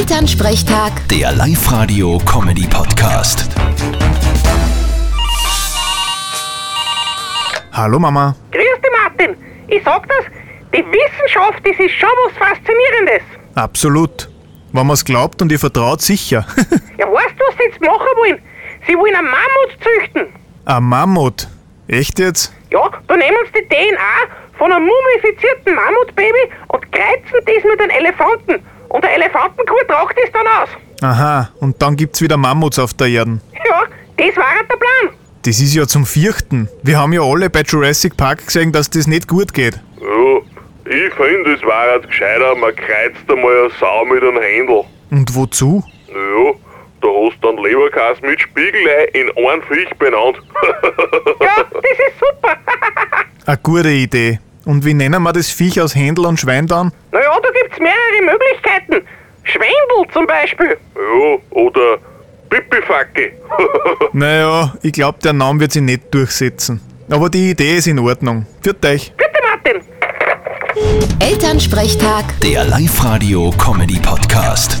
Elternsprechtag, Der Live-Radio-Comedy-Podcast. Hallo Mama. Grüß dich, Martin. Ich sag das, die Wissenschaft, das ist schon was Faszinierendes. Absolut. Wenn man's glaubt und ihr vertraut, sicher. Ja, weißt du, was sie jetzt machen wollen? Sie wollen einen Mammut züchten. Ein Mammut. Echt jetzt? Ja, da nehmen sie die DNA von einem mumifizierten Mammutbaby und kreuzen das mit einem Elefanten. Und der Elefantenkur tragt das dann aus. Aha, und dann gibt's wieder Mammuts auf der Erden. Ja, das war der Plan. Das ist ja zum Fürchten. Wir haben ja alle bei Jurassic Park gesehen, dass das nicht gut geht. Ja, ich finde, es wäre jetzt gescheiter, man kreuzt einmal eine Sau mit einem Händel. Und wozu? Ja, da hast du dann Leberkäse mit Spiegelei in einen Fisch benannt. Ja, das ist super. Eine gute Idee. Und wie nennen wir das Viech aus Händel und Schwein dann? naja, da gibt's mehrere Möglichkeiten. Schwendel zum Beispiel. ja, oder Pipifacke. Naja, ich glaube, der Name wird sich nicht durchsetzen. Aber die Idee ist in Ordnung. Für euch. Bitte, Martin. Elternsprechtag. Der Live-Radio-Comedy-Podcast.